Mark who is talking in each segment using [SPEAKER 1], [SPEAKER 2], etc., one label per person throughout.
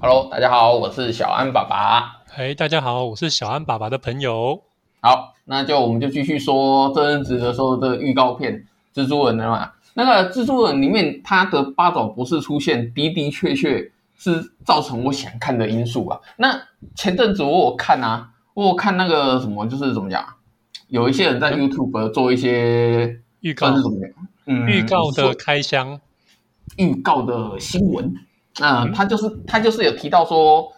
[SPEAKER 1] Hello，大家好，我是小安爸爸。
[SPEAKER 2] 哎，大家好，我是小安爸爸的朋友。
[SPEAKER 1] 好，那就我们就继续说这阵子的时候的预告片《蜘蛛人》了嘛。那个《蜘蛛人》里面，他的八爪博士出现，的的确确是造成我想看的因素啊。那前阵子我有看啊，我有看那个什么，就是怎么讲啊，有一些人在
[SPEAKER 2] 嗯
[SPEAKER 1] YouTube 做一些
[SPEAKER 2] 预告
[SPEAKER 1] 算是怎么讲，嗯，
[SPEAKER 2] 预告的开箱，
[SPEAKER 1] 预告的新闻。那、他就是他就是有提到说，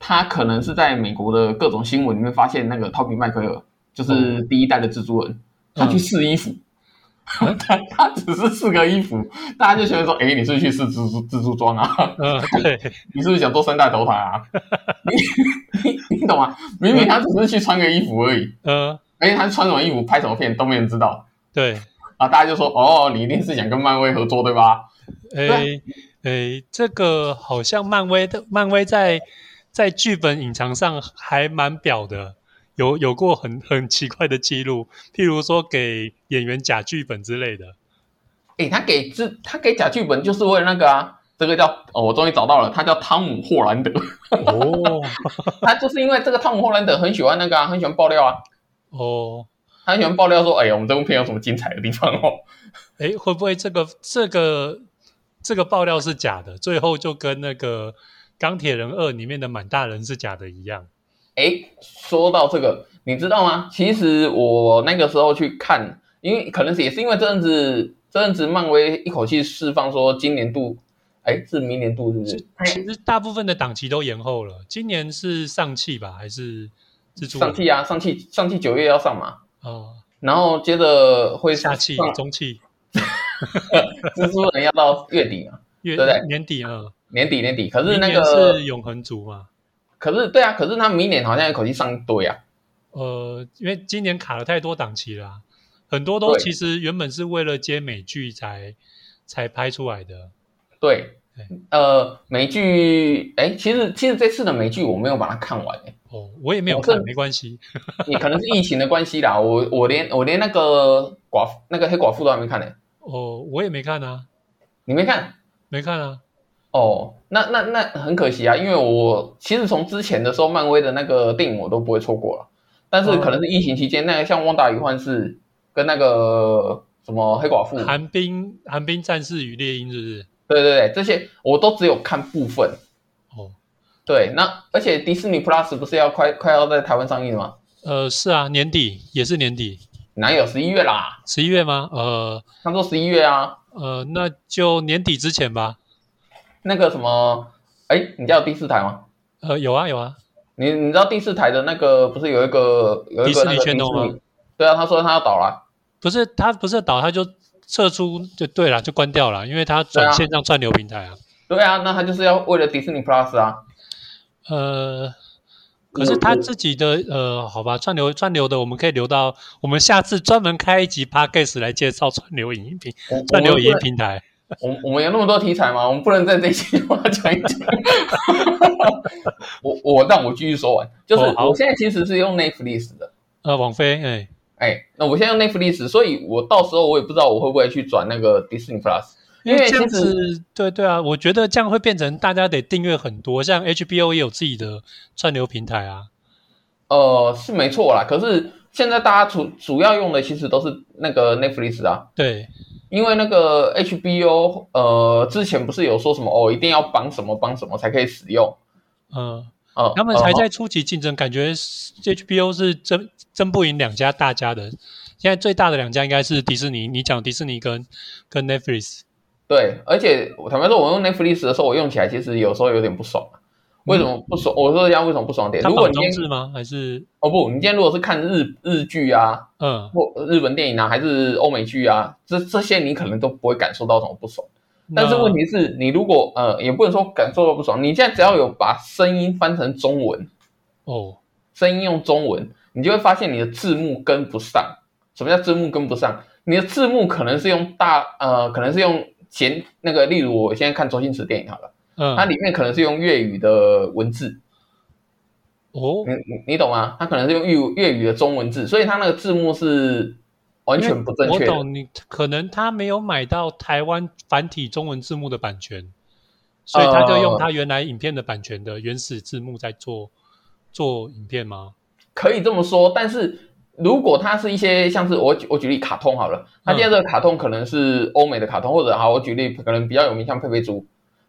[SPEAKER 1] 他可能是在美国的各种新闻里面发现那个汤米麦奎尔就是第一代的蜘蛛人，他去试衣服，
[SPEAKER 2] 嗯
[SPEAKER 1] 他他只是试个衣服，大家就觉得说，哎、你是不是去试蜘蛛蜘蛛装啊？
[SPEAKER 2] 呃，对，
[SPEAKER 1] 你是不是想做三代投胎啊？ 你 你你懂吗？明明他只是去穿个衣服而已，
[SPEAKER 2] 呃，
[SPEAKER 1] 而且他穿什么衣服拍什么片都没人知道
[SPEAKER 2] 对，哎
[SPEAKER 1] 啊！大家就说，哦，你一定是想跟漫威合作对啊吧？
[SPEAKER 2] 哎，哎，这个好像漫威的漫威在在剧本隐藏上还蛮表的，有有过很很奇怪的记录，譬如说给演员假剧本之类的。
[SPEAKER 1] 诶，他给这他给假剧本就是为了那个啊，这个叫哦，我终于找到了，他叫汤姆霍兰德，
[SPEAKER 2] 哦
[SPEAKER 1] 他就是因为这个汤姆霍兰德很喜欢那个啊，很喜欢爆料啊，
[SPEAKER 2] 哦，
[SPEAKER 1] 他很喜欢爆料说，哎呀，我们这部片有什么精彩的地方哦，
[SPEAKER 2] 哎，会不会这个这个这个爆料是假的？最后就跟那个《钢铁人二》里面的满大人是假的一样。
[SPEAKER 1] 诶，说到这个，你知道吗？其实我那个时候去看，因为可能是也是因为这阵子这阵子漫威一口气释放说今年度，诶，是明年度是不是？
[SPEAKER 2] 其实大部分的档期都延后了，今年是上汽吧，还是蜘蛛人？
[SPEAKER 1] 上汽啊，上汽上汽九月要上嘛，
[SPEAKER 2] 哦，
[SPEAKER 1] 然后接着会
[SPEAKER 2] 下汽
[SPEAKER 1] 上、
[SPEAKER 2] 中汽，
[SPEAKER 1] 蜘蛛人要到月底嘛。
[SPEAKER 2] 月
[SPEAKER 1] 对不对
[SPEAKER 2] 年底啊，
[SPEAKER 1] 年底年底，可
[SPEAKER 2] 明
[SPEAKER 1] 是那
[SPEAKER 2] 年
[SPEAKER 1] 个
[SPEAKER 2] 是永恒族嘛？
[SPEAKER 1] 可是对啊，可是他明年好像一口气上一堆啊，
[SPEAKER 2] 呃，因为今年卡了太多档期啦、很多都
[SPEAKER 1] 对
[SPEAKER 2] 其实原本是为了接美剧才才拍出来的。
[SPEAKER 1] 对
[SPEAKER 2] 对，
[SPEAKER 1] 呃，美剧，哎，其实其实这次的美剧我没有把它看完、诶
[SPEAKER 2] 哦，我也没有
[SPEAKER 1] 我是
[SPEAKER 2] 看，没关系。
[SPEAKER 1] 也可能是疫情的关系啦，我我连我连那个寡妇那个黑寡妇都还没看呢、
[SPEAKER 2] 哦，我也没看啊，
[SPEAKER 1] 你没看？
[SPEAKER 2] 没看啊。
[SPEAKER 1] 哦，那那那很可惜啊，因为我其实从之前的时候，漫威的那个电影我都不会错过了，但
[SPEAKER 2] 哦
[SPEAKER 1] 是可能是疫情期间，那个像《旺达与幻视》跟那个什么黑寡妇，
[SPEAKER 2] 寒冰寒冰战士与猎鹰是不是？
[SPEAKER 1] 对对对，这些我都只有看部分，
[SPEAKER 2] 哦，
[SPEAKER 1] 对，那而且迪士尼 Plus 不是要快快要在台湾上映了吗？
[SPEAKER 2] 呃，是啊，年底也是年底，
[SPEAKER 1] 哪有十一月啦？
[SPEAKER 2] 十一月吗？呃
[SPEAKER 1] 他说十一月啊，
[SPEAKER 2] 呃，那就年底之前吧。
[SPEAKER 1] 那个什么，哎，你家有第四台吗？
[SPEAKER 2] 呃，有啊有啊，
[SPEAKER 1] 你你知道第四台的那个不是有一个有一
[SPEAKER 2] 迪
[SPEAKER 1] 个
[SPEAKER 2] 士
[SPEAKER 1] 那
[SPEAKER 2] 尼
[SPEAKER 1] 个迪士
[SPEAKER 2] Channel 吗
[SPEAKER 1] 尼？对啊，他说他要倒了，
[SPEAKER 2] 不是他不是倒，他就撤出就对了，就关掉了，因为他
[SPEAKER 1] 对
[SPEAKER 2] 转
[SPEAKER 1] 啊
[SPEAKER 2] 线上串流平台啊。
[SPEAKER 1] 对啊，那他就是要为了迪士尼 Plus 啊，
[SPEAKER 2] 呃，可是他自己的呃，好吧，串流串流的我们可以留到我们下次专门开一集 podcast 来介绍串流影音平
[SPEAKER 1] 我我
[SPEAKER 2] 串
[SPEAKER 1] 们
[SPEAKER 2] 流
[SPEAKER 1] 不
[SPEAKER 2] 影音
[SPEAKER 1] 能，
[SPEAKER 2] 平台。
[SPEAKER 1] 我们我们有那么多题材吗？我们不能在这一 期话讲一 讲。我我让我继续说完，就是
[SPEAKER 2] 哦好
[SPEAKER 1] 我现在其实是用 Netflix 的，
[SPEAKER 2] 呃，网飞，哎、
[SPEAKER 1] 哎，那我现在用 Netflix，所以我到时候我也不知道我会不会去转那个 Disney Plus，
[SPEAKER 2] 因为
[SPEAKER 1] 其
[SPEAKER 2] 这
[SPEAKER 1] 实
[SPEAKER 2] 样子，对对啊，我觉得这样会变成大家得订阅很多，像 HBO 也有自己的串流平台啊。
[SPEAKER 1] 呃是没错啦，可是现在大家主主要用的其实都是那个 Netflix 啊，
[SPEAKER 2] 对，
[SPEAKER 1] 因为那个 HBO 呃之前不是有说什么哦一定要绑什么绑什么才可以使用，
[SPEAKER 2] 嗯、
[SPEAKER 1] 呃，
[SPEAKER 2] 他们
[SPEAKER 1] 呃
[SPEAKER 2] 才在初期竞争，感觉是 HBO 是争争不赢两家大家的。现在最大的两家应该是迪士尼，你讲迪士尼跟跟 Netflix，
[SPEAKER 1] 对，而且我坦白说，我用 Netflix 的时候，我用起来其实有时候有点不爽啊。为什么不爽？我说人家为什么不爽点？
[SPEAKER 2] 它
[SPEAKER 1] 如果
[SPEAKER 2] 绑
[SPEAKER 1] 你
[SPEAKER 2] 装
[SPEAKER 1] 今天
[SPEAKER 2] 置吗？还是
[SPEAKER 1] 哦不，你今天如果是看日日剧啊，
[SPEAKER 2] 嗯？
[SPEAKER 1] 或日本电影啊，还是欧美剧啊，这这些你可能都不会感受到什么不爽。但是
[SPEAKER 2] 那
[SPEAKER 1] 问题是你如果呃，也不能说感受到不爽，你现在只要有把声音翻成中文，
[SPEAKER 2] 哦，
[SPEAKER 1] 声音用中文，你就会发现你的字幕跟不上。什么叫字幕跟不上？你的字幕可能是用大呃，可能是用简那个，例如我现在看周星驰电影好了，
[SPEAKER 2] 嗯，
[SPEAKER 1] 它里面可能是用粤语的文字，
[SPEAKER 2] 哦
[SPEAKER 1] 你，你你懂吗？它可能是用粤粤语的中文字，所以它那个字幕是完全不正
[SPEAKER 2] 我
[SPEAKER 1] 确的。
[SPEAKER 2] 懂你，可能他没有买到台湾繁体中文字幕的版权，所以他就
[SPEAKER 1] 哦
[SPEAKER 2] 用他原来影片的版权的原始字幕在做做影片吗？
[SPEAKER 1] 可以这么说，但是如果它是一些像是我举我举例卡通好了，
[SPEAKER 2] 嗯
[SPEAKER 1] 它现在这个卡通可能是欧美的卡通，或者好我举例可能比较有名像佩佩猪，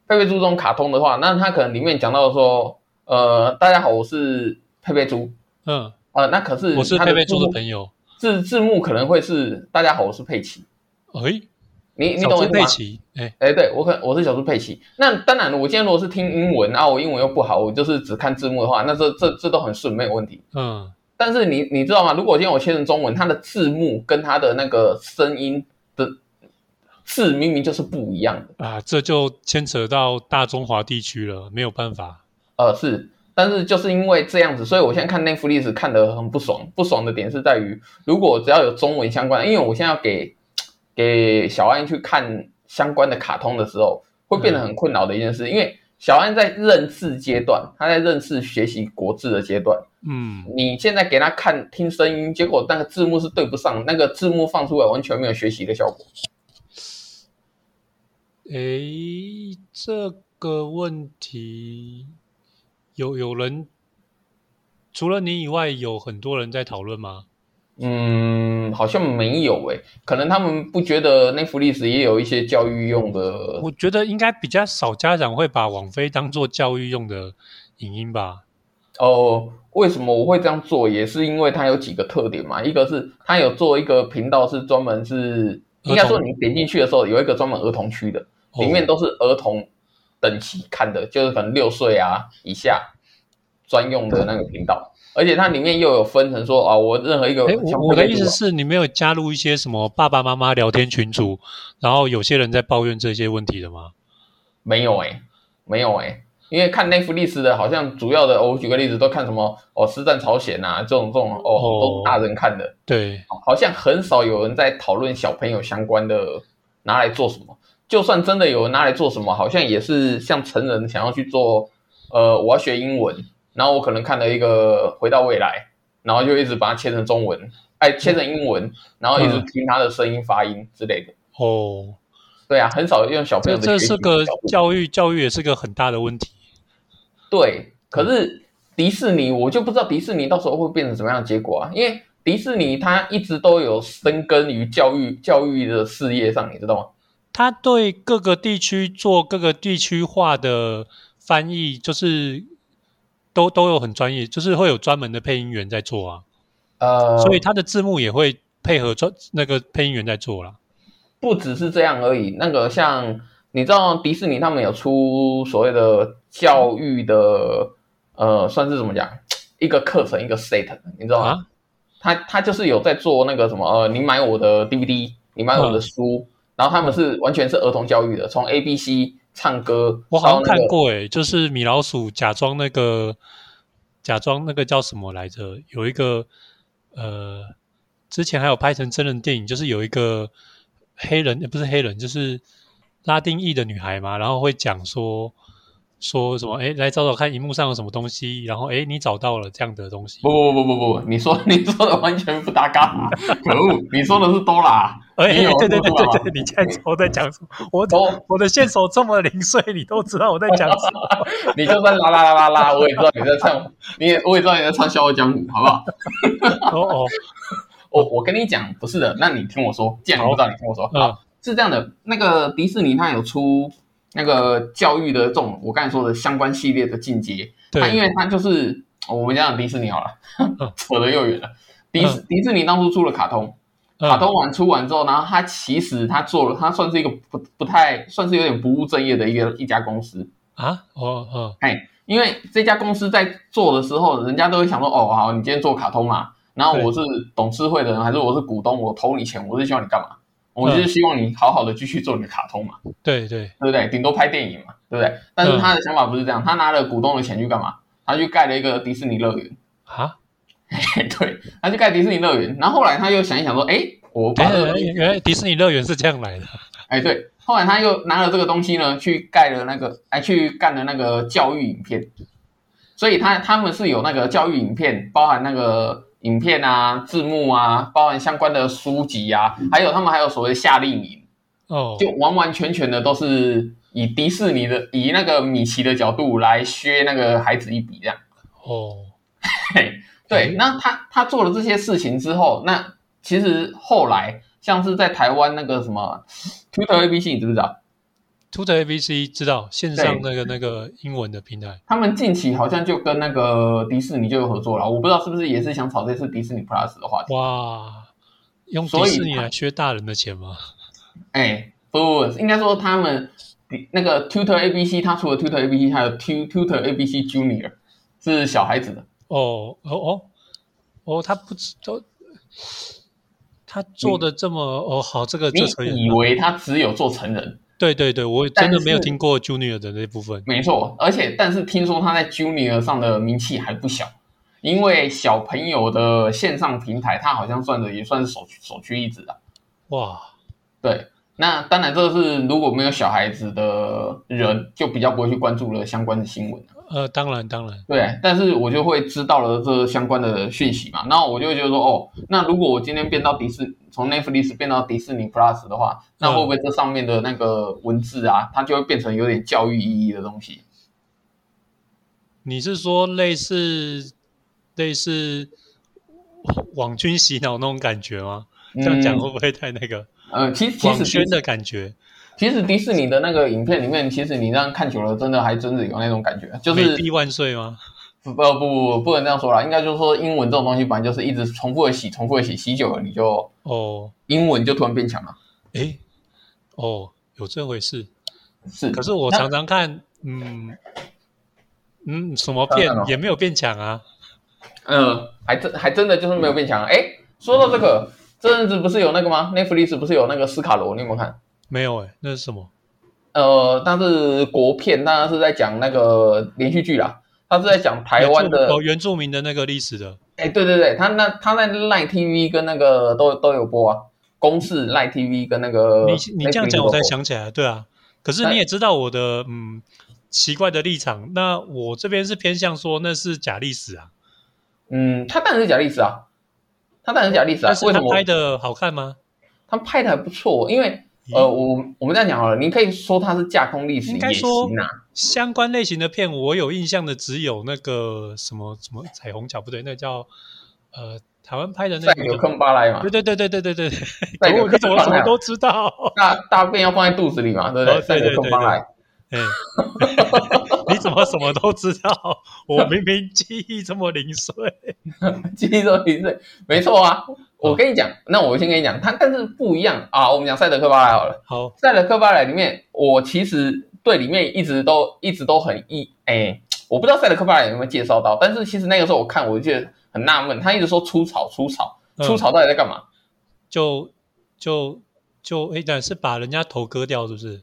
[SPEAKER 1] 佩佩猪这种卡通的话，那它可能里面讲到说，呃，大家好，我是佩佩猪，
[SPEAKER 2] 嗯，
[SPEAKER 1] 呃，那可是
[SPEAKER 2] 我是
[SPEAKER 1] 它
[SPEAKER 2] 佩佩猪
[SPEAKER 1] 字
[SPEAKER 2] 的
[SPEAKER 1] 幕
[SPEAKER 2] 朋友，
[SPEAKER 1] 字字幕可能会是大家好，我是佩奇，
[SPEAKER 2] 哎，
[SPEAKER 1] 你你
[SPEAKER 2] 小
[SPEAKER 1] 懂我
[SPEAKER 2] 猪
[SPEAKER 1] 意思吗
[SPEAKER 2] 佩？奇，哎，
[SPEAKER 1] 哎，对我可我是小猪佩奇。那当然，我今天如果是听英文，啊然后我英文又不好，我就是只看字幕的话，那这这这都很顺，没有问题。
[SPEAKER 2] 嗯，
[SPEAKER 1] 但是你你知道吗？如果今天我切成中文，它的字幕跟它的那个声音的字明明就是不一样的。
[SPEAKER 2] 啊，这就牵扯到大中华地区了，没有办法，
[SPEAKER 1] 呃，是，但是就是因为这样子，所以我现在看 Netflix 看得很不爽。不爽的点是在于，如果只要有中文相关的，因为我现在要给给小安去看相关的卡通的时候，会变得很困扰的一件事，因为小安在认字阶段，他在认识学习国字的阶段，
[SPEAKER 2] 嗯，
[SPEAKER 1] 你现在给他看听声音，结果那个字幕是对不上，那个字幕放出来完全没有学习的效果。
[SPEAKER 2] 诶，这个问题有有人除了你以外，有很多人在讨论吗？
[SPEAKER 1] 嗯，好像没有诶、可能他们不觉得 Netflix 也有一些教育用的
[SPEAKER 2] 我觉得应该比较少家长会把网飞当做教育用的影音吧。
[SPEAKER 1] 哦，为什么我会这样做？也是因为它有几个特点嘛。一个是它有做一个频道，是专门是应该
[SPEAKER 2] 儿
[SPEAKER 1] 说
[SPEAKER 2] 童
[SPEAKER 1] 你点进去的时候有一个专门儿童区的，里面
[SPEAKER 2] 都
[SPEAKER 1] 都是儿童等级看的，就是可能六岁啊以下专用的那个频道。而且它里面又有分成说啊，我任何一个
[SPEAKER 2] 哎，
[SPEAKER 1] 像
[SPEAKER 2] 我我的
[SPEAKER 1] 这个
[SPEAKER 2] 意思
[SPEAKER 1] 地方
[SPEAKER 2] 是，你没有加入一些什么爸爸妈妈聊天群组，然后有些人在抱怨这些问题的吗？
[SPEAKER 1] 没有哎、没有哎、因为看 Netflix 的，好像主要的、哦我举个例子，都看什么哦，《实战朝鲜》啊，这种这种
[SPEAKER 2] 哦
[SPEAKER 1] 哦，都是大人看的。
[SPEAKER 2] 对，
[SPEAKER 1] 好像很少有人在讨论小朋友相关的拿来做什么。就算真的有人拿来做什么，好像也是像成人想要去做，呃，我要学英文，然后我可能看了一个《回到未来》，然后就一直把它切成中文，
[SPEAKER 2] 嗯
[SPEAKER 1] 哎，切成英文，然后一直听它的声音发音之类的。
[SPEAKER 2] 哦，
[SPEAKER 1] 对啊，很少用小朋
[SPEAKER 2] 这
[SPEAKER 1] 友的
[SPEAKER 2] 这
[SPEAKER 1] 学习
[SPEAKER 2] 是个
[SPEAKER 1] 角度
[SPEAKER 2] 教育，教育也是个很大的问题。
[SPEAKER 1] 对，可是迪士尼，我就不知道迪士尼到时候会变成什么样的结果啊！因为迪士尼它一直都有深耕于教育教育的事业上，你知道吗？
[SPEAKER 2] 他对各个地区做各个地区化的翻译，就是都都有很专业，就是会有专门的配音员在做啊，
[SPEAKER 1] 呃，
[SPEAKER 2] 所以他的字幕也会配合专那个配音员在做啦。
[SPEAKER 1] 不只是这样而已。那个像你知道迪士尼他们有出所谓的教育的，呃，算是怎么讲，一个课程一个 set，你知道吗？
[SPEAKER 2] 啊
[SPEAKER 1] 他他就是有在做那个什么，呃，你买我的 DVD，你买
[SPEAKER 2] 嗯
[SPEAKER 1] 我的书，然后他们是完全是儿童教育的，从 A B C 唱歌，
[SPEAKER 2] 我好像
[SPEAKER 1] 到那
[SPEAKER 2] 看
[SPEAKER 1] 个
[SPEAKER 2] 过诶、就是米老鼠假装那个假装那个叫什么来着？有一个呃，之前还有拍成真人电影，就是有一个黑人，呃不是黑人，就是拉丁裔的女孩嘛，然后会讲说说什么？哎，来找找看荧幕上有什么东西，然后哎，诶你找到了这样的东西。
[SPEAKER 1] 不不不不不，你说 你说的完全不搭嘎，可恶！你说的是多啦，
[SPEAKER 2] 哎，
[SPEAKER 1] 你
[SPEAKER 2] 诶
[SPEAKER 1] 有啊
[SPEAKER 2] 对对
[SPEAKER 1] 说
[SPEAKER 2] 对
[SPEAKER 1] 出来吗
[SPEAKER 2] 对对，你现在我在讲什么？我
[SPEAKER 1] 都
[SPEAKER 2] 我的线索这么零碎，你都知道我在讲什么？
[SPEAKER 1] 你就算啦啦啦啦啦，我也知道你在唱，你也我也知道你在唱《笑傲江湖》，好不好？
[SPEAKER 2] 哦
[SPEAKER 1] 我我跟你讲，不是的，那你听我说，既然你不知道，你听我说，
[SPEAKER 2] 哦，嗯
[SPEAKER 1] 好，是这样的，那个迪士尼它有出那个教育的这种我刚才说的相关系列的进阶，它因
[SPEAKER 2] 对，嗯
[SPEAKER 1] 为它就是哦我们讲迪士尼好了，扯得又远了。迪士迪士尼当初出了卡通，卡
[SPEAKER 2] 嗯
[SPEAKER 1] 通完出完之后，然后它其实它做了，它算是一个不不太算是有点不务正业的一个一家公司，
[SPEAKER 2] 啊，哦哦，
[SPEAKER 1] 哎，因为这家公司在做的时候，人家都会想说，哦，好，你今天做卡通嘛，然后我是董事会的人，还是我是股东，我投你钱，我是希望你干嘛？我就是希望你好好的继续做你的卡通嘛，
[SPEAKER 2] 对对，
[SPEAKER 1] 对不对？顶多拍电影嘛，对不对？但是他的想法不是这样，他拿了股东的钱去干嘛？他去盖了一个迪士尼乐园，
[SPEAKER 2] 啊，
[SPEAKER 1] 嘿对，他去盖迪士尼乐园。然后后来他又想一想说，哎，我把这个
[SPEAKER 2] 原来
[SPEAKER 1] 东西
[SPEAKER 2] 原来迪士尼乐园是这样来的，
[SPEAKER 1] 哎，对，后来他又拿了这个东西呢，去盖了那个，哎，去干了那个教育影片，所以他他们是有那个教育影片，包含那个影片啊、字幕啊，包含相关的书籍啊，还有他们还有所谓夏令营，
[SPEAKER 2] 哦，
[SPEAKER 1] 就完完全全的都是以迪士尼的以那个米奇的角度来削那个孩子一笔这样。
[SPEAKER 2] 哦，
[SPEAKER 1] 嘿，对，那他他做了这些事情之后，那其实后来像是在台湾那个什么 Tutor ABC，你知不知道？
[SPEAKER 2] ，Tutor ABC 知道线上
[SPEAKER 1] 对
[SPEAKER 2] 那个那个英文的平台，
[SPEAKER 1] 他们近期好像就跟那个迪士尼就有合作了，我不知道是不是也是想炒这次迪士尼 Plus 的话题。
[SPEAKER 2] 哇，用迪
[SPEAKER 1] 所以啊
[SPEAKER 2] 士尼
[SPEAKER 1] 它
[SPEAKER 2] 来削大人的钱吗？
[SPEAKER 1] 哎，不，应该说他们那个 Tutor ABC，它除了 Tutor ABC，还有 Tu- Tutor ABC Junior 是小孩子的。
[SPEAKER 2] 哦哦哦哦，他不知都，他做的这么哦好，这个这扯远
[SPEAKER 1] 你以
[SPEAKER 2] 了。
[SPEAKER 1] 为它只有做成人？
[SPEAKER 2] 对对对，我真的没有
[SPEAKER 1] 但是
[SPEAKER 2] 听过 Junior 的那部分。
[SPEAKER 1] 没错，而且但是听说他在 Junior 上的名气还不小，因为小朋友的线上平台，他好像算的也算是首首屈一指啊。
[SPEAKER 2] 哇，
[SPEAKER 1] 对，那当然这是如果没有小孩子的人，就比较不会去关注了相关的新闻。
[SPEAKER 2] 呃，当然当然，
[SPEAKER 1] 对，但是我就会知道了这相关的讯息嘛，然后我就会觉得说，哦，那如果我今天变到迪士，从 Netflix 变到迪士尼 Plus 的话，
[SPEAKER 2] 嗯
[SPEAKER 1] 那会不会这上面的那个文字啊，它就会变成有点教育意义的东西？
[SPEAKER 2] 你是说类似类似网军洗脑那种感觉吗？这样讲
[SPEAKER 1] 嗯
[SPEAKER 2] 会不会太那个
[SPEAKER 1] 呃，其实其
[SPEAKER 2] 网
[SPEAKER 1] 实
[SPEAKER 2] 宣的感觉？
[SPEAKER 1] 其实迪士尼的那个影片里面，其实你这样看久了，真的还真的有那种感觉，就
[SPEAKER 2] 美
[SPEAKER 1] 是
[SPEAKER 2] 币万岁吗？
[SPEAKER 1] 不呃不不不能这样说啦，应该就是说英文这种东西本来就是一直重复的洗，重复的洗，洗久了你就
[SPEAKER 2] 哦，
[SPEAKER 1] 英文就突然变强了。
[SPEAKER 2] 诶，哦，有这回事。
[SPEAKER 1] 是，
[SPEAKER 2] 可是我
[SPEAKER 1] 那
[SPEAKER 2] 常常看，嗯嗯，什么
[SPEAKER 1] 当
[SPEAKER 2] 片
[SPEAKER 1] 然了
[SPEAKER 2] 也没有变强啊。
[SPEAKER 1] 嗯，还真还真的就是没有变强。哎，说到这个，这阵子不是有那个吗？Netflix 不是有那个斯卡罗，你有没有看？
[SPEAKER 2] 没有诶，那是什么？
[SPEAKER 1] 呃，但是国片，当然是在讲那个连续剧啦，它是在讲台湾
[SPEAKER 2] 原
[SPEAKER 1] 的
[SPEAKER 2] 住。哦，原住民的那个历史的
[SPEAKER 1] 哎，对对对，他那他在 Line TV 跟那个都都有播啊，公视 Line TV 跟那个
[SPEAKER 2] 你你这样
[SPEAKER 1] Netflix
[SPEAKER 2] 讲，
[SPEAKER 1] 都
[SPEAKER 2] 我才
[SPEAKER 1] 播
[SPEAKER 2] 想起来，对啊。可是你也知道我的嗯奇怪的立场，那我这边是偏向说那是假历史啊。
[SPEAKER 1] 嗯，他当然是假历史啊，他当然是假历史啊
[SPEAKER 2] 但。是
[SPEAKER 1] 为什
[SPEAKER 2] 他
[SPEAKER 1] 么
[SPEAKER 2] 拍的好看吗？
[SPEAKER 1] 他拍的还不错？因为呃，我我们这样讲好了，你可以说他是架空历史
[SPEAKER 2] 应
[SPEAKER 1] 也
[SPEAKER 2] 该说
[SPEAKER 1] 行啊。
[SPEAKER 2] 相关类型的片，我有印象的只有那个什么什么彩虹桥，不对，那叫呃台湾拍的那
[SPEAKER 1] 再
[SPEAKER 2] 个
[SPEAKER 1] 有坑巴来嘛
[SPEAKER 2] 对，对对对对对对对，
[SPEAKER 1] 再
[SPEAKER 2] 可
[SPEAKER 1] 有
[SPEAKER 2] 恶你怎
[SPEAKER 1] 坑
[SPEAKER 2] 么
[SPEAKER 1] 巴
[SPEAKER 2] 什么
[SPEAKER 1] 来嘛，
[SPEAKER 2] 都知道？
[SPEAKER 1] 大大便要放在肚子里嘛，对不
[SPEAKER 2] 哦
[SPEAKER 1] 对？
[SPEAKER 2] 对
[SPEAKER 1] 再有
[SPEAKER 2] 对
[SPEAKER 1] 坑巴
[SPEAKER 2] 对
[SPEAKER 1] 来，
[SPEAKER 2] 哎， 你怎么什么都知道？我明明记忆这么零碎。
[SPEAKER 1] 记住你是没错啊。我跟你讲，那我先跟你讲，他但是不一样啊。我们讲赛德克巴莱好了。
[SPEAKER 2] 好，
[SPEAKER 1] 塞德克巴莱里面，我其实对里面一直都一直都很意哎，我不知道塞德克巴莱有没有介绍到，但是其实那个时候我看，我就觉得很纳闷，他一直说出草出草
[SPEAKER 2] 嗯
[SPEAKER 1] 出草到底在干嘛？
[SPEAKER 2] 就就就哎，但是把人家头割掉是不是？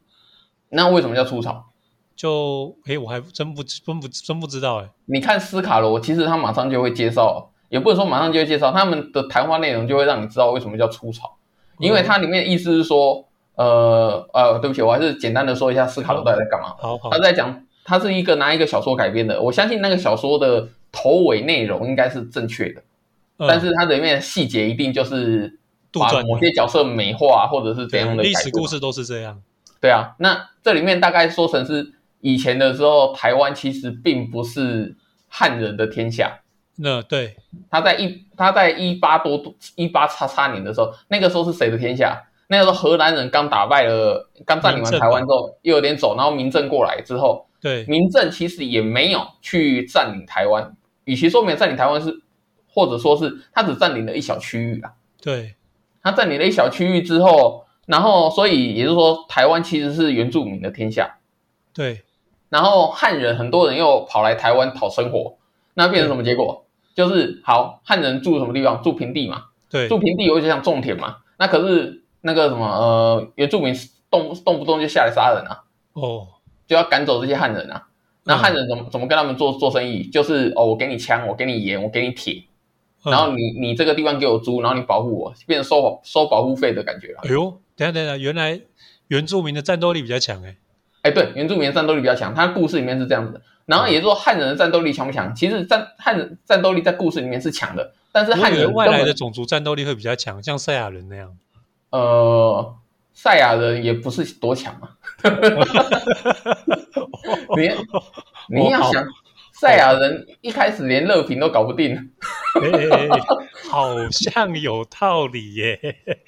[SPEAKER 1] 那为什么叫出草？
[SPEAKER 2] 就哎，我还真不真不真不知道哎。
[SPEAKER 1] 你看斯卡罗，其实他马上就会介绍，也不能说马上就会介绍，他们的谈话内容就会让你知道为什么叫出草，因
[SPEAKER 2] 嗯
[SPEAKER 1] 为它里面的意思是说，呃呃，对不起，我还是简单的说一下斯卡罗到底在干嘛。
[SPEAKER 2] 好好
[SPEAKER 1] 他在讲，他是一个拿一个小说改编的，我相信那个小说的头尾内容应该是正确的，
[SPEAKER 2] 嗯
[SPEAKER 1] 但是它里面的细节一定就是
[SPEAKER 2] 杜
[SPEAKER 1] 把
[SPEAKER 2] 撰
[SPEAKER 1] 某些角色美化或者是怎样的
[SPEAKER 2] 历
[SPEAKER 1] 改
[SPEAKER 2] 史
[SPEAKER 1] 变
[SPEAKER 2] 故事都是这样。
[SPEAKER 1] 对啊，那这里面大概说成是以前的时候，台湾其实并不是汉人的天下。
[SPEAKER 2] 那对，
[SPEAKER 1] 他在一他在一八多多一八叉叉年的时候，那个时候是谁的天下？那个时候荷兰人刚打败了，刚占领完
[SPEAKER 2] 民政
[SPEAKER 1] 台湾之后，又有点走，然后民政过来之后，
[SPEAKER 2] 对，
[SPEAKER 1] 民政其实也没有去占领台湾，与其说没有占领台湾是，或者说是他只占领了一小区域啊。
[SPEAKER 2] 对，
[SPEAKER 1] 他占领了一小区域之后，然后所以也就是说，台湾其实是原住民的天下。
[SPEAKER 2] 对，
[SPEAKER 1] 然后汉人很多人又跑来台湾讨生活，那变成什么结果？就是好汉人住什么地方？住平地嘛，
[SPEAKER 2] 对，
[SPEAKER 1] 住平地我就想种田嘛。那可是那个什么呃原住民动动不动就下来杀人啊，
[SPEAKER 2] 哦，
[SPEAKER 1] 就要赶走这些汉人啊。那汉人怎么怎么跟他们做做生意？就是哦，我给你枪，我给你盐，我给你铁，
[SPEAKER 2] 嗯
[SPEAKER 1] 然后你你这个地方给我租，然后你保护我，变成收收保护费的感觉了。
[SPEAKER 2] 哎呦，等一下等一下，原来原住民的战斗力比较强哎。
[SPEAKER 1] 哎，对，原住民的战斗力比较强，他故事里面是这样子的。然后
[SPEAKER 2] 嗯
[SPEAKER 1] 也就是说，汉人的战斗力强不强？其实战汉人战斗力在故事里面是强的，但是
[SPEAKER 2] 我
[SPEAKER 1] 汉
[SPEAKER 2] 以为
[SPEAKER 1] 人
[SPEAKER 2] 外
[SPEAKER 1] 根
[SPEAKER 2] 来
[SPEAKER 1] 本
[SPEAKER 2] 的种族战斗力会比较强，像赛亚人那样。
[SPEAKER 1] 呃，赛亚人也不是多强啊嘛。 你你
[SPEAKER 2] 哦
[SPEAKER 1] 要想，赛亚人一开始连热评都搞不定，
[SPEAKER 2] 哎哎哎，好像有道理耶。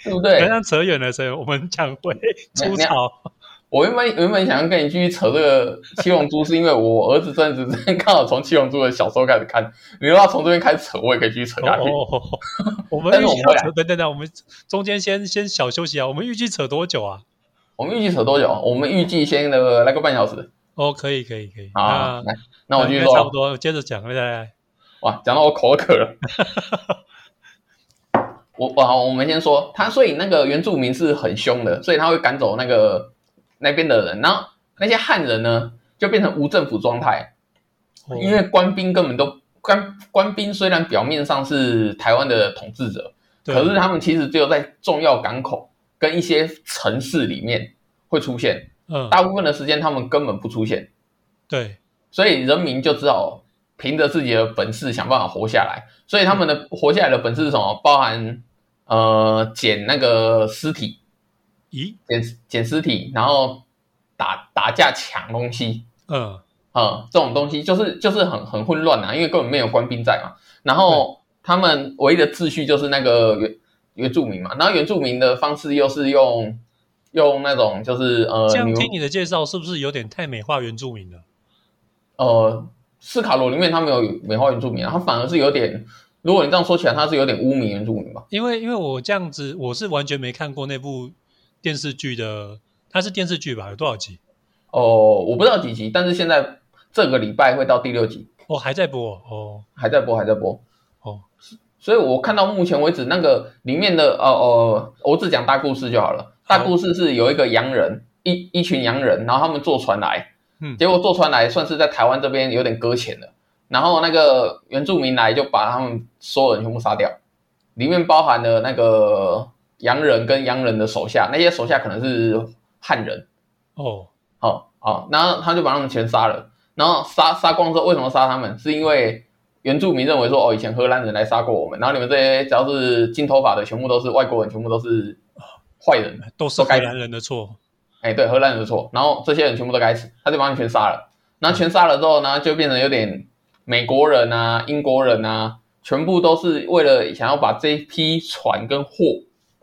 [SPEAKER 1] 对不
[SPEAKER 2] 好
[SPEAKER 1] 对？
[SPEAKER 2] 像扯远了，扯远了。我们讲回出草，
[SPEAKER 1] 我原本原本想要跟你继续扯这个七龙珠，是因为我儿子这阵子 刚好从七龙珠的小说开始看，你如果要从这边开始扯，我也可以继续扯
[SPEAKER 2] 哦
[SPEAKER 1] 下去。
[SPEAKER 2] 哦哦，哦我们
[SPEAKER 1] 但
[SPEAKER 2] 预
[SPEAKER 1] 是我
[SPEAKER 2] 计
[SPEAKER 1] 们
[SPEAKER 2] 要
[SPEAKER 1] 会来
[SPEAKER 2] 扯，等等等，我们中间先先小休息啊。我们预计扯多久啊？
[SPEAKER 1] 我们预计扯多久？我们预计先呃来个半小时。
[SPEAKER 2] 哦，可以可以可以，
[SPEAKER 1] 好，
[SPEAKER 2] 啊那
[SPEAKER 1] 来，那我继续
[SPEAKER 2] 应该差不
[SPEAKER 1] 说。
[SPEAKER 2] 多，接着讲，来来来，
[SPEAKER 1] 哇，讲到我口渴了。 我哇，我们先说他，所以那个原住民是很凶的，所以他会赶走那个那边的人，然后那些汉人呢就变成无政府状态，
[SPEAKER 2] 哦
[SPEAKER 1] 因为官兵根本都官官兵虽然表面上是台湾的统治者，
[SPEAKER 2] 对
[SPEAKER 1] 可是他们其实只有在重要港口跟一些城市里面会出现，
[SPEAKER 2] 嗯，
[SPEAKER 1] 大部分的时间他们根本不出现，
[SPEAKER 2] 对，
[SPEAKER 1] 所以人民就只好凭着自己的本事想办法活下来。所以他们的活下来的本事是什么？包含呃捡那个尸体，
[SPEAKER 2] 咦，
[SPEAKER 1] 捡捡尸体，然后打打架抢东西，
[SPEAKER 2] 嗯，
[SPEAKER 1] 呃，这种东西就是就是很很混乱啊，因为根本没有官兵在嘛。然后他们唯一的秩序就是那个原原住民嘛，然后原住民的方式又是用用那种就是呃
[SPEAKER 2] 这样
[SPEAKER 1] 牛
[SPEAKER 2] 听你的介绍，是不是有点太美化原住民了？
[SPEAKER 1] 呃斯卡罗里面他没有美化原住民、啊，他反而是有点，如果你这样说起来，他是有点污名原住民吧？
[SPEAKER 2] 因为因为我这样子，我是完全没看过那部电视剧的，它是电视剧吧？有多少集？
[SPEAKER 1] 哦、我不知道几集，但是现在这个礼拜会到第六集，
[SPEAKER 2] 哦，还在播哦
[SPEAKER 1] 还在播，还在播。
[SPEAKER 2] 哦，
[SPEAKER 1] 所以我看到目前为止那个里面的呃呃，我只讲大故事就好了。
[SPEAKER 2] 好
[SPEAKER 1] 大故事是有一个洋人，一一群洋人，然后他们坐船来，
[SPEAKER 2] 嗯
[SPEAKER 1] 结果坐船来算是在台湾这边有点搁浅了。然后那个原住民来就把他们所有人全部杀掉，里面包含了那个洋人跟洋人的手下，那些手下可能是汉人，
[SPEAKER 2] 哦，
[SPEAKER 1] 哦哦，然后他就把他们全杀了，然后杀杀光之后，为什么杀他们？是因为原住民认为说，哦，以前荷兰人来杀过我们，然后你们这些只要是金头发的，全部都是外国人，全部都是坏人，
[SPEAKER 2] 都是
[SPEAKER 1] 都该
[SPEAKER 2] 荷兰人的错。
[SPEAKER 1] 哎，对，荷兰人的错，然后这些人全部都该死，他就把他们全杀了，然后全杀了之后呢，就变成有点美国人啊、英国人啊，全部都是为了想要把这一批船跟货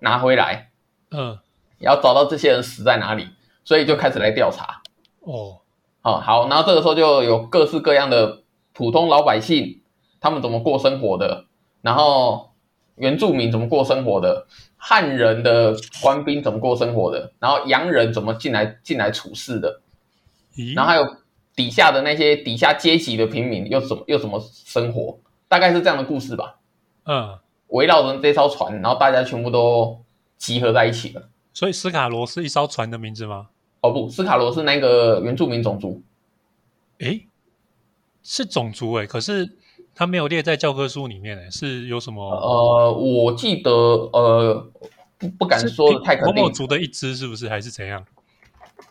[SPEAKER 1] 拿回来，
[SPEAKER 2] 嗯，
[SPEAKER 1] 也要找到这些人死在哪里，所以就开始来调查。
[SPEAKER 2] 哦，
[SPEAKER 1] 哦，好，然后这个时候就有各式各样的普通老百姓，他们怎么过生活的，然后原住民怎么过生活的，汉人的官兵怎么过生活的，然后洋人怎么进来进来处事的，
[SPEAKER 2] 咦，
[SPEAKER 1] 然后还有底下的那些底下阶级的平民又怎么又怎么生活，大概是这样的故事吧。
[SPEAKER 2] 嗯，
[SPEAKER 1] 围绕着这艘船，然后大家全部都集合在一起了。
[SPEAKER 2] 所以斯卡罗是一艘船的名字吗？
[SPEAKER 1] 哦不，斯卡罗是那个原住民种族，
[SPEAKER 2] 诶，是种族诶，可是它没有列在教科书里面诶，是有什么？
[SPEAKER 1] 呃，我记得，呃，不不敢
[SPEAKER 2] 是
[SPEAKER 1] 说的太肯
[SPEAKER 2] 某某
[SPEAKER 1] 定，
[SPEAKER 2] 族的一支是不是？还是怎样？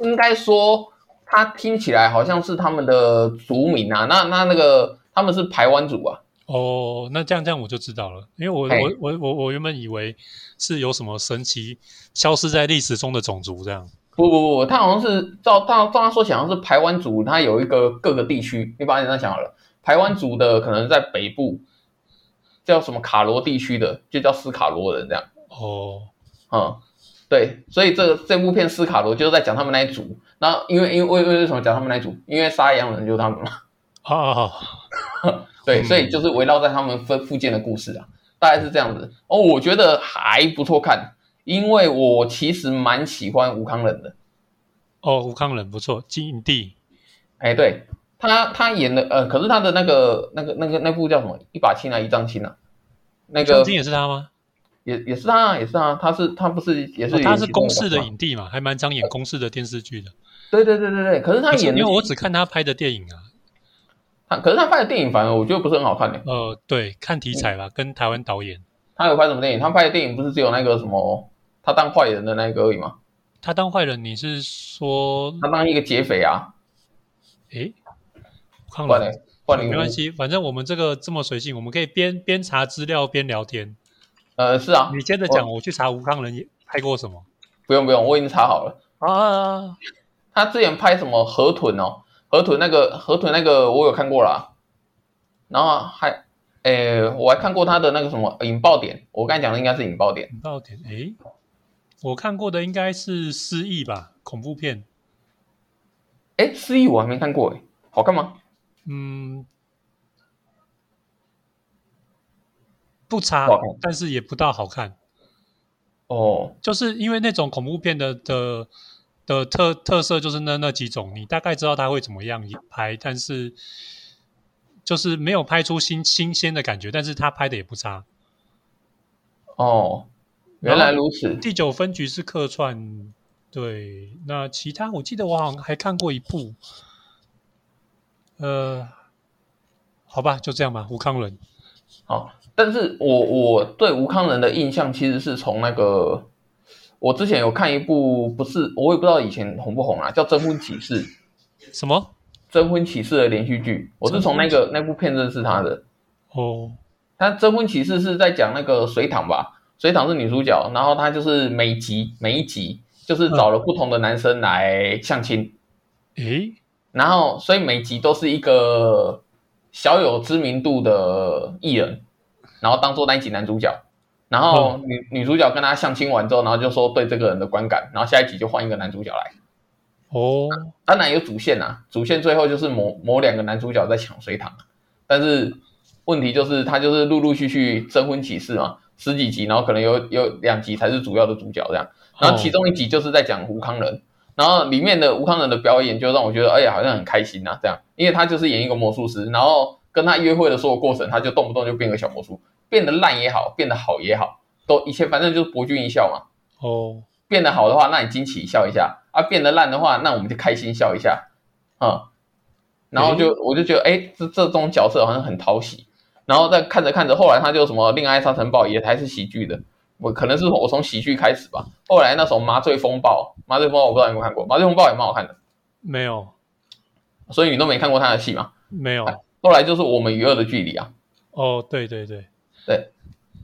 [SPEAKER 1] 应该说他听起来好像是他们的族名啊。那那那个他们是排湾族啊，
[SPEAKER 2] 哦，那这样这样我就知道了，因为我
[SPEAKER 1] 嘿
[SPEAKER 2] 我我我我原本以为是有什么神奇消失在历史中的种族这样。
[SPEAKER 1] 不不不，他好像是照照照他说起来好像是排湾族，他有一个各个地区，你把你这样想好了，排湾族的可能在北部叫什么卡罗地区的，就叫斯卡罗人这样。
[SPEAKER 2] 哦，
[SPEAKER 1] 嗯，对，所以这这部片《斯卡罗》就是在讲他们那一组。然后因为因为为为什么讲他们那一组？因为杀羊人就是他们嘛。
[SPEAKER 2] 啊啊啊，
[SPEAKER 1] 对，
[SPEAKER 2] 嗯
[SPEAKER 1] 所以就是围绕在他们附附近的故事啊，大概是这样子。哦，我觉得还不错看，因为我其实蛮喜欢吴康仁的。
[SPEAKER 2] 哦，吴康人不错，金地
[SPEAKER 1] 哎，对他他演的呃，可是他的那个那个那个那部叫什么？一把青啊，一丈青啊，那
[SPEAKER 2] 圣
[SPEAKER 1] 个
[SPEAKER 2] 经也是他吗？
[SPEAKER 1] 也也是他啊，也是他啊，他是他不是也是
[SPEAKER 2] 哦、
[SPEAKER 1] 演
[SPEAKER 2] 他是
[SPEAKER 1] 其中
[SPEAKER 2] 公视
[SPEAKER 1] 角
[SPEAKER 2] 的
[SPEAKER 1] 色吗
[SPEAKER 2] 影帝嘛，还蛮常演公视的电视剧的。
[SPEAKER 1] 对对对对对，可是他
[SPEAKER 2] 可是
[SPEAKER 1] 演
[SPEAKER 2] 因
[SPEAKER 1] 的
[SPEAKER 2] 为我只看他拍的电影啊，
[SPEAKER 1] 他可是他拍的电影反而我觉得不是很好看的。
[SPEAKER 2] 呃，对，看题材吧，跟台湾导演，
[SPEAKER 1] 他有拍什么电影？他拍的电影不是只有那个什么，他当坏人的那个而已吗？
[SPEAKER 2] 他当坏人，你是说，
[SPEAKER 1] 他当一个劫匪啊，
[SPEAKER 2] 诶，看
[SPEAKER 1] 不然嘞
[SPEAKER 2] 了，，
[SPEAKER 1] 不然你
[SPEAKER 2] 嗯没关。系，反正我们这个这么随性，我们可以边边查资料边聊天。
[SPEAKER 1] 呃，是啊，
[SPEAKER 2] 哦你接着讲，我去查吴康仁拍过什么。
[SPEAKER 1] 不用不用，我已经查好了。
[SPEAKER 2] 啊，
[SPEAKER 1] 他之前拍什么河豚哦，河豚那个河豚那个我有看过啦，然后还，诶，我还看过他的那个什么引爆点，我刚才讲的应该是引爆点，
[SPEAKER 2] 引爆点，诶，我看过的应该是《失忆》吧，恐怖片。
[SPEAKER 1] 诶，失忆我还没看过诶，好看吗？
[SPEAKER 2] 嗯，不差
[SPEAKER 1] 不好看，
[SPEAKER 2] 但是也不大好看。
[SPEAKER 1] 哦，
[SPEAKER 2] 就是因为那种恐怖片的的的特特色就是那那几种，你大概知道它会怎么样拍，但是就是没有拍出新新鲜的感觉，但是它拍的也不差。
[SPEAKER 1] 哦，原来如此。
[SPEAKER 2] 第九分局是客串，对。那其他我记得我好像还看过一部，呃，好吧，就这样吧。吴康仁，
[SPEAKER 1] 好，哦但是我我对吴康仁的印象其实是从那个，我之前有看一部，不是我也不知道以前红不红啊，叫《征婚启事》《
[SPEAKER 2] 什么？
[SPEAKER 1] 征婚启事》的连续剧，我是从那个那部片认识他的。
[SPEAKER 2] 哦，
[SPEAKER 1] 他《征婚启事》是在讲那个隋唐吧，隋唐是女主角，然后她就是每集每一集就是找了不同的男生来相亲，
[SPEAKER 2] 诶，
[SPEAKER 1] 然后所以每集都是一个小有知名度的艺人，然后当做那一集男主角，然后女、女主角跟他相亲完之后，然后就说对这个人的观感，然后下一集就换一个男主角来。
[SPEAKER 2] 哦，
[SPEAKER 1] 当然有主线啊，主线最后就是某某两个男主角在抢水塘，但是问题就是他就是陆陆续续征婚启事嘛，十几集，然后可能有有两集才是主要的主角这样，然后其中一集就是在讲吴康仁，然后里面的吴康仁的表演就让我觉得哎呀好像很开心呐、这样，因为他就是演一个魔术师，然后跟他约会的所有过程，他就动不动就变个小魔术，变得烂也好，变得好也好，都一切反正就是博君一笑嘛，
[SPEAKER 2] 哦，
[SPEAKER 1] 变得好的话，那你惊奇笑一下啊；变得烂的话，那我们就开心笑一下，嗯。然后就我就觉得，哎，这这种角色好像很讨喜。然后再看着看着，后来他就什么《恋爱沙尘暴》也还是喜剧的，我可能是我从喜剧开始吧。后来那什么《麻醉风暴》，《麻醉风暴》我不知道你有没有看过，《麻醉风暴》也蛮好看的，
[SPEAKER 2] 没有，
[SPEAKER 1] 所以你都没看过他的戏嘛。
[SPEAKER 2] 没有，
[SPEAKER 1] 后来就是我们与恶的距离啊，
[SPEAKER 2] 哦，对对对，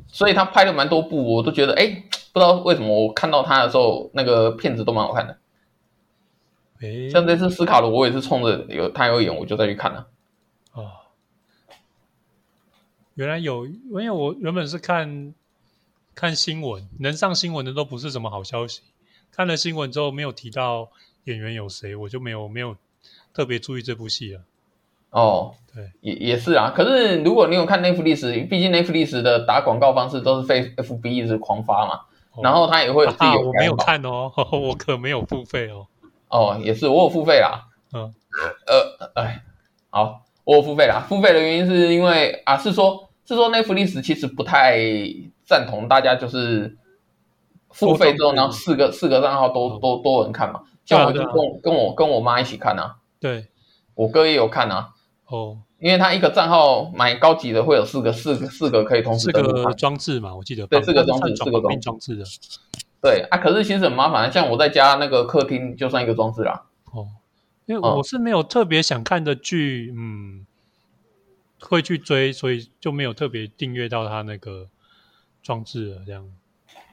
[SPEAKER 1] 所以他拍了蛮多部，我都觉得，哎，不知道为什么我看到他的时候，那个片子都蛮好看的。
[SPEAKER 2] 诶，
[SPEAKER 1] 像这次斯卡罗，我也是冲着有他有演，我就再去看了。
[SPEAKER 2] 哦，原来有，因为我原本是看看新闻，能上新闻的都不是什么好消息。看了新闻之后，没有提到演员有谁，我就没有没有特别注意这部戏了。
[SPEAKER 1] 哦，
[SPEAKER 2] 对，
[SPEAKER 1] 也也是啊。可是如果你有看 Netflix，毕竟 Netflix 的打广告方式都是被 FB 一直狂发嘛，
[SPEAKER 2] 哦
[SPEAKER 1] 然后它也会有自己
[SPEAKER 2] 啊，
[SPEAKER 1] 有
[SPEAKER 2] 我没有
[SPEAKER 1] 改版
[SPEAKER 2] 看哦， 我可没有付费哦。
[SPEAKER 1] 哦，也是我有付费啦。
[SPEAKER 2] 嗯，
[SPEAKER 1] 呃，哎，好，我有付费啦。付费的原因是因为啊，是说是说 Netflix 其实不太赞同大家就是付费之后，
[SPEAKER 2] 多看
[SPEAKER 1] 然后四个四个账号都
[SPEAKER 2] 哦
[SPEAKER 1] 都都能看嘛。
[SPEAKER 2] 对啊
[SPEAKER 1] 像我就
[SPEAKER 2] 对
[SPEAKER 1] 跟
[SPEAKER 2] 啊
[SPEAKER 1] 我跟我跟我妈一起看啊，
[SPEAKER 2] 对，
[SPEAKER 1] 我哥也有看啊。
[SPEAKER 2] 哦，
[SPEAKER 1] 因为他一个账号买高级的会有四个、四个、四个可以同时
[SPEAKER 2] 是
[SPEAKER 1] 登录
[SPEAKER 2] 嗯个
[SPEAKER 1] 看。
[SPEAKER 2] 装置嘛，我记得
[SPEAKER 1] 对
[SPEAKER 2] 绑
[SPEAKER 1] 是个装置
[SPEAKER 2] 算
[SPEAKER 1] 是个
[SPEAKER 2] 绑定
[SPEAKER 1] 装
[SPEAKER 2] 装置的。
[SPEAKER 1] 对啊，可是其实很麻烦，像我在家那个客厅就算一个装置啦。
[SPEAKER 2] 哦，因为
[SPEAKER 1] 哦
[SPEAKER 2] 我是没有特别想看的剧，嗯，会去追，所以就没有特别订阅到它那个装置了。这样，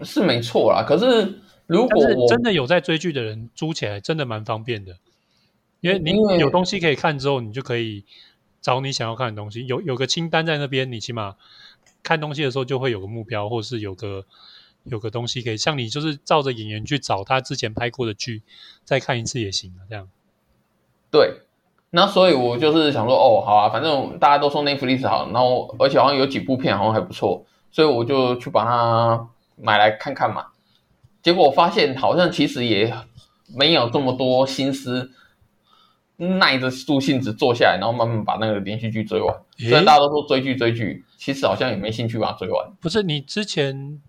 [SPEAKER 1] 是没错啦。可是如
[SPEAKER 2] 但
[SPEAKER 1] 果
[SPEAKER 2] 是
[SPEAKER 1] 我
[SPEAKER 2] 真的有在追剧的人租起来，真的蛮方便的，因为你
[SPEAKER 1] 因为
[SPEAKER 2] 有东西可以看之后，你就可以找你想要看的东西，有有个清单在那边，你起码看东西的时候就会有个目标，或是有个。有个东西可以像你，就是照着演员去找他之前拍过的剧，再看一次也行啊。这样，
[SPEAKER 1] 对，那所以我就是想说，哦，好啊，反正大家都说 Netflix 好，然后而且好像有几部片好像还不错，所以我就去把它买来看看嘛。结果我发现好像其实也没有这么多心思，耐得住性子坐下来，然后慢慢把那个连续剧追完。虽然
[SPEAKER 2] 诶
[SPEAKER 1] 大家都说追剧追剧，其实好像也没兴趣把它追完。
[SPEAKER 2] 不是你之前，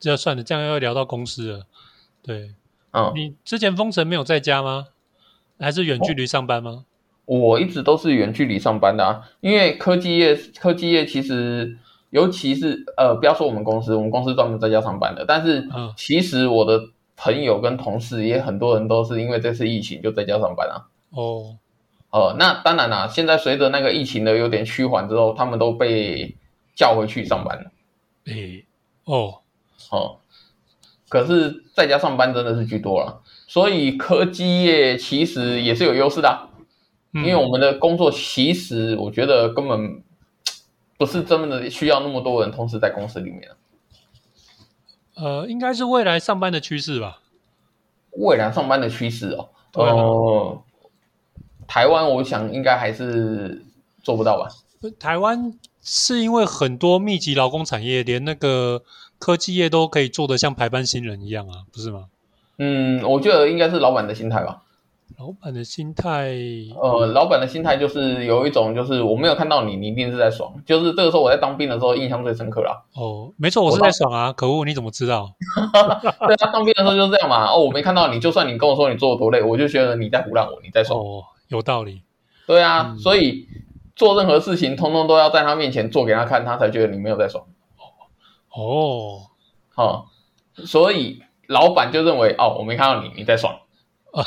[SPEAKER 2] 这算了，这样要聊到公司了。对
[SPEAKER 1] 嗯，
[SPEAKER 2] 你之前封城没有在家吗？还是远距离上班吗？
[SPEAKER 1] 我一直都是远距离上班的啊，因为科技业，科技业其实尤其是呃，不要说我们公司，我们公司专门在家上班的，但是
[SPEAKER 2] 嗯
[SPEAKER 1] 其实我的朋友跟同事也很多人都是因为这次疫情就在家上班啊。
[SPEAKER 2] 哦，
[SPEAKER 1] 呃，那当然啦、现在随着那个疫情的有点趋缓之后，他们都被叫回去上班了。
[SPEAKER 2] 诶，哦，
[SPEAKER 1] 哦，可是在家上班真的是居多了，所以科技业其实也是有优势的啊、
[SPEAKER 2] 嗯
[SPEAKER 1] 因为我们的工作其实我觉得根本不是真的需要那么多人同时在公司里面啊。
[SPEAKER 2] 呃，应该是未来上班的趋势吧。
[SPEAKER 1] 未来上班的趋势哦，
[SPEAKER 2] 对啊
[SPEAKER 1] 呃，台湾我想应该还是做不到吧。
[SPEAKER 2] 台湾是因为很多密集劳工产业，连那个科技业都可以做得像排班新人一样啊，不是吗？
[SPEAKER 1] 嗯，我觉得应该是老板的心态吧。
[SPEAKER 2] 老板的心态，
[SPEAKER 1] 呃，老板的心态就是有一种就是我没有看到你，你一定是在爽。就是这个时候我在当兵的时候印象最深刻啦。
[SPEAKER 2] 哦，没错，我是在爽啊，可恶，你怎么知道？啊
[SPEAKER 1] 对他当兵的时候就是这样嘛。哦，我没看到你，就算你跟我说你做的多累，我就觉得你在胡乱我，你在爽。
[SPEAKER 2] 哦，有道理，
[SPEAKER 1] 对啊，
[SPEAKER 2] 嗯
[SPEAKER 1] 所以做任何事情通通都要在他面前做给他看，他才觉得你没有在爽。
[SPEAKER 2] 哦，
[SPEAKER 1] 哦，所以老板就认为哦，我没看到你，你在爽。哦，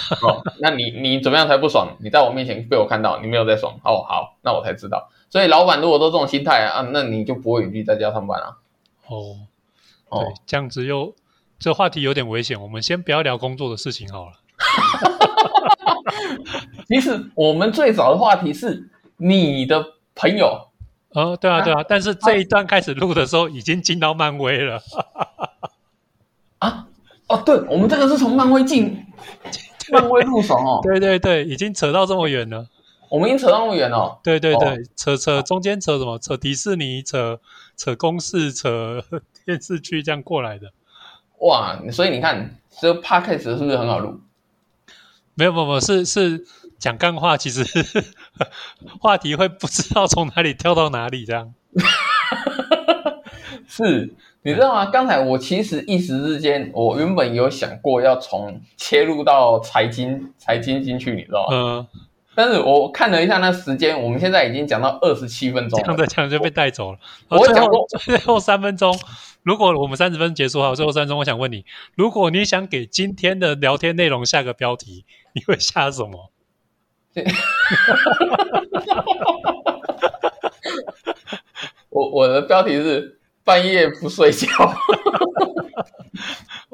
[SPEAKER 1] 那你你怎么样才不爽？你在我面前被我看到，你没有在爽。哦，好，那我才知道。所以老板如果都这种心态啊，啊那你就不会远距在家上班啊。
[SPEAKER 2] 哦，
[SPEAKER 1] 哦，
[SPEAKER 2] 对，这样子又这话题有点危险，我们先不要聊工作的事情好了。
[SPEAKER 1] 其实我们最早的话题是你的朋友，
[SPEAKER 2] 哦，对啊，对啊，但是这一段开始录的时候已经进到漫威了，
[SPEAKER 1] 啊哦，对，我们这个是从漫威进漫威入手哦，
[SPEAKER 2] 对对对，已经扯到这么远了，
[SPEAKER 1] 我们已经扯到那么远了。
[SPEAKER 2] 对对
[SPEAKER 1] 哦
[SPEAKER 2] 对，扯扯中间扯什么？扯迪士尼，扯扯公式，扯 电视剧这样过来的。
[SPEAKER 1] 哇，所以你看这 podcast 是不是很好录？
[SPEAKER 2] 没有没有没有，是是讲干话，其实 话题会不知道从哪里跳到哪里这样。
[SPEAKER 1] 是，你知道吗？刚才我其实一时之间，我原本有想过要从切入到财经财经进去，你知道吗？
[SPEAKER 2] 嗯，
[SPEAKER 1] 但是我看了一下那时间，我们现在已经讲到二十七分钟
[SPEAKER 2] 这样
[SPEAKER 1] 了。
[SPEAKER 2] 的讲就被带走了。
[SPEAKER 1] 我
[SPEAKER 2] 然后最
[SPEAKER 1] 讲
[SPEAKER 2] 后
[SPEAKER 1] 过
[SPEAKER 2] 最后三分钟，如果我们三十分结束好，最后三分钟，我想问你，如果你想给今天的聊天内容下个标题，你会下什么？
[SPEAKER 1] 我我的标题是半夜不睡 觉，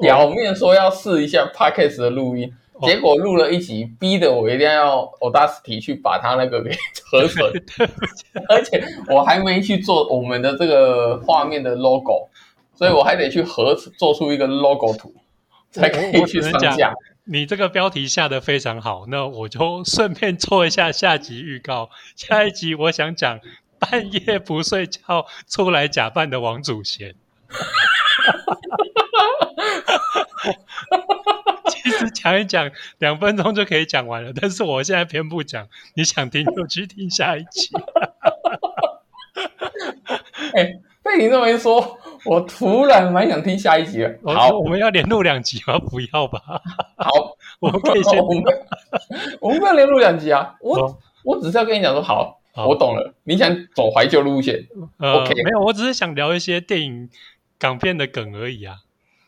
[SPEAKER 1] 表面说要试一下 podcast 的录音，
[SPEAKER 2] 哦
[SPEAKER 1] 结果录了一集，逼得我一定要 Audacity 去把它那个给 合成，而且我还没去做我们的这个画面的 logo，所以我还得去合成做出一个 logo 图，才可以
[SPEAKER 2] 我
[SPEAKER 1] 去
[SPEAKER 2] 只能
[SPEAKER 1] 上
[SPEAKER 2] 讲
[SPEAKER 1] 架。
[SPEAKER 2] 你这个标题下的非常好，那我就顺便做一下下集预告。 下一集我想讲半夜不睡觉出来假扮的王祖贤。 其实讲一讲，两分钟就可以讲完了，但是我现在偏不讲。你想听就去听下一集。
[SPEAKER 1] 被你这么一说，我突然蛮想听下一集了。
[SPEAKER 2] 我
[SPEAKER 1] 好
[SPEAKER 2] 我们要连录两集吗？不要吧，
[SPEAKER 1] 好，
[SPEAKER 2] 我们可以先
[SPEAKER 1] 我们 我们不要连录两集啊！我、
[SPEAKER 2] 哦
[SPEAKER 1] 我只是要跟你讲说，好，
[SPEAKER 2] 好
[SPEAKER 1] 我懂了，你想走怀旧路线，
[SPEAKER 2] 呃
[SPEAKER 1] OK
[SPEAKER 2] 没有，我只是想聊一些电影港片的梗而已啊。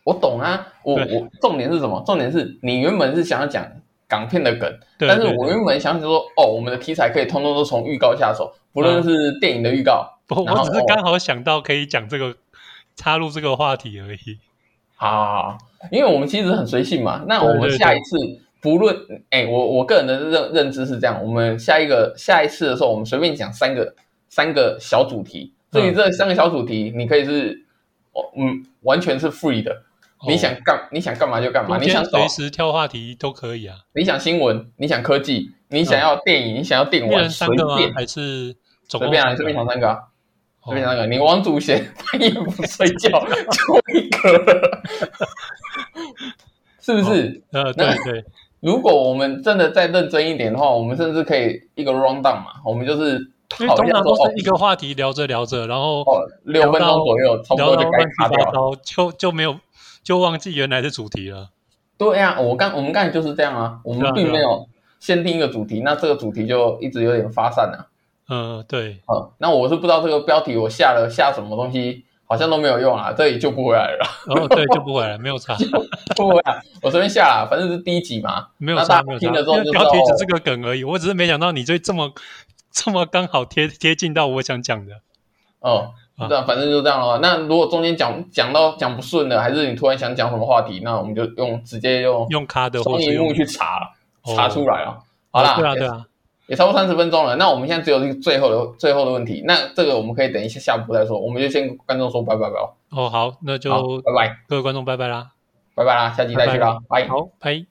[SPEAKER 1] 我懂啊。我
[SPEAKER 2] 对
[SPEAKER 1] 我重点是什么？重点是你原本是想要讲港片的梗，
[SPEAKER 2] 对
[SPEAKER 1] 但
[SPEAKER 2] 对
[SPEAKER 1] 是
[SPEAKER 2] 对
[SPEAKER 1] 我原本想说，哦，我们的题材可以通通都从预告下手，不
[SPEAKER 2] 嗯
[SPEAKER 1] 论是电影的预告，
[SPEAKER 2] 不，
[SPEAKER 1] 然
[SPEAKER 2] 我
[SPEAKER 1] 后哦
[SPEAKER 2] 只是刚好想到可以讲这个插入这个话题 而已。
[SPEAKER 1] 好好好，因为我们其实很随性嘛。那我
[SPEAKER 2] 对
[SPEAKER 1] 们
[SPEAKER 2] 对
[SPEAKER 1] 下一次。不论哎，我我个人的认认知是这样，我们下一个下一次的时候，我们随便讲三个三个小主题。至于
[SPEAKER 2] 嗯
[SPEAKER 1] 这三个小主题，你可以是，哦嗯，完全是 free 的，你想干你想干嘛就干嘛，
[SPEAKER 2] 哦中
[SPEAKER 1] 你想
[SPEAKER 2] 间
[SPEAKER 1] 走
[SPEAKER 2] 随时挑话题都可以啊，
[SPEAKER 1] 你想新闻，你想科技，你想要电影，你想要电
[SPEAKER 2] 嗯一
[SPEAKER 1] 玩，
[SPEAKER 2] 人
[SPEAKER 1] 随
[SPEAKER 2] 三个吗？
[SPEAKER 1] 便
[SPEAKER 2] 还是总
[SPEAKER 1] 随
[SPEAKER 2] 共
[SPEAKER 1] 便啊，
[SPEAKER 2] 三
[SPEAKER 1] 你随
[SPEAKER 2] 个
[SPEAKER 1] 便想三个啊，
[SPEAKER 2] 哦
[SPEAKER 1] 随便想三个。你王祖贤半夜不睡 觉就一个了， 是不是？
[SPEAKER 2] 呃，对对，
[SPEAKER 1] 如果我们真的再认真一点的话，我们甚至可以一个 round down 嘛，我们就是
[SPEAKER 2] 因为
[SPEAKER 1] 好
[SPEAKER 2] 通
[SPEAKER 1] 像
[SPEAKER 2] 常
[SPEAKER 1] 说
[SPEAKER 2] 都
[SPEAKER 1] 哦
[SPEAKER 2] 是一个话题聊着聊着，然后
[SPEAKER 1] 哦六分钟左右，差不
[SPEAKER 2] 聊
[SPEAKER 1] 多
[SPEAKER 2] 到
[SPEAKER 1] 就该
[SPEAKER 2] 乱七
[SPEAKER 1] 卡掉了。
[SPEAKER 2] 八糟，就就没有就忘记原来的主题了。
[SPEAKER 1] 对呀、我刚我们刚才就是这样啊，我
[SPEAKER 2] 对
[SPEAKER 1] 们
[SPEAKER 2] 啊
[SPEAKER 1] 并
[SPEAKER 2] 对啊
[SPEAKER 1] 没有限定一个主题，那这个主题就一直有点发散啊。
[SPEAKER 2] 嗯、对，
[SPEAKER 1] 嗯，那我是不知道这个标题我下了下什么东西，好像都没有用啊，这里救不回来了，
[SPEAKER 2] 然后对就不回来，没有差，
[SPEAKER 1] 救不回来。我随便下啦，反正是第一集嘛。
[SPEAKER 2] 没有
[SPEAKER 1] 那
[SPEAKER 2] 差，
[SPEAKER 1] 大家
[SPEAKER 2] 没有差。
[SPEAKER 1] 听了之后
[SPEAKER 2] 因为
[SPEAKER 1] 就
[SPEAKER 2] 标题
[SPEAKER 1] 知道
[SPEAKER 2] 只是个梗而已，我只是没想到你就这么这么刚好贴贴近到我想讲的。
[SPEAKER 1] 嗯，
[SPEAKER 2] 啊
[SPEAKER 1] 那反正就这样了。那如果中间讲讲到讲不顺的，还是你突然想讲什么话题，那我们就用直接用
[SPEAKER 2] 用卡的或
[SPEAKER 1] 双
[SPEAKER 2] 是
[SPEAKER 1] 荧
[SPEAKER 2] 用
[SPEAKER 1] 幕去查
[SPEAKER 2] 哦
[SPEAKER 1] 查出来啊。好啦，
[SPEAKER 2] 哦对啊
[SPEAKER 1] 也
[SPEAKER 2] 对啊，
[SPEAKER 1] 也差不多三十分钟了。那我们现在只有这个最后的最后的问题，那这个我们可以等一下下播再说，我们就先跟观众说拜拜吧。
[SPEAKER 2] 哦好，那
[SPEAKER 1] 好
[SPEAKER 2] 就，
[SPEAKER 1] 拜拜，
[SPEAKER 2] 各位观众拜拜啦，
[SPEAKER 1] 拜拜啦，下集再去啦，拜。
[SPEAKER 2] 好，拜。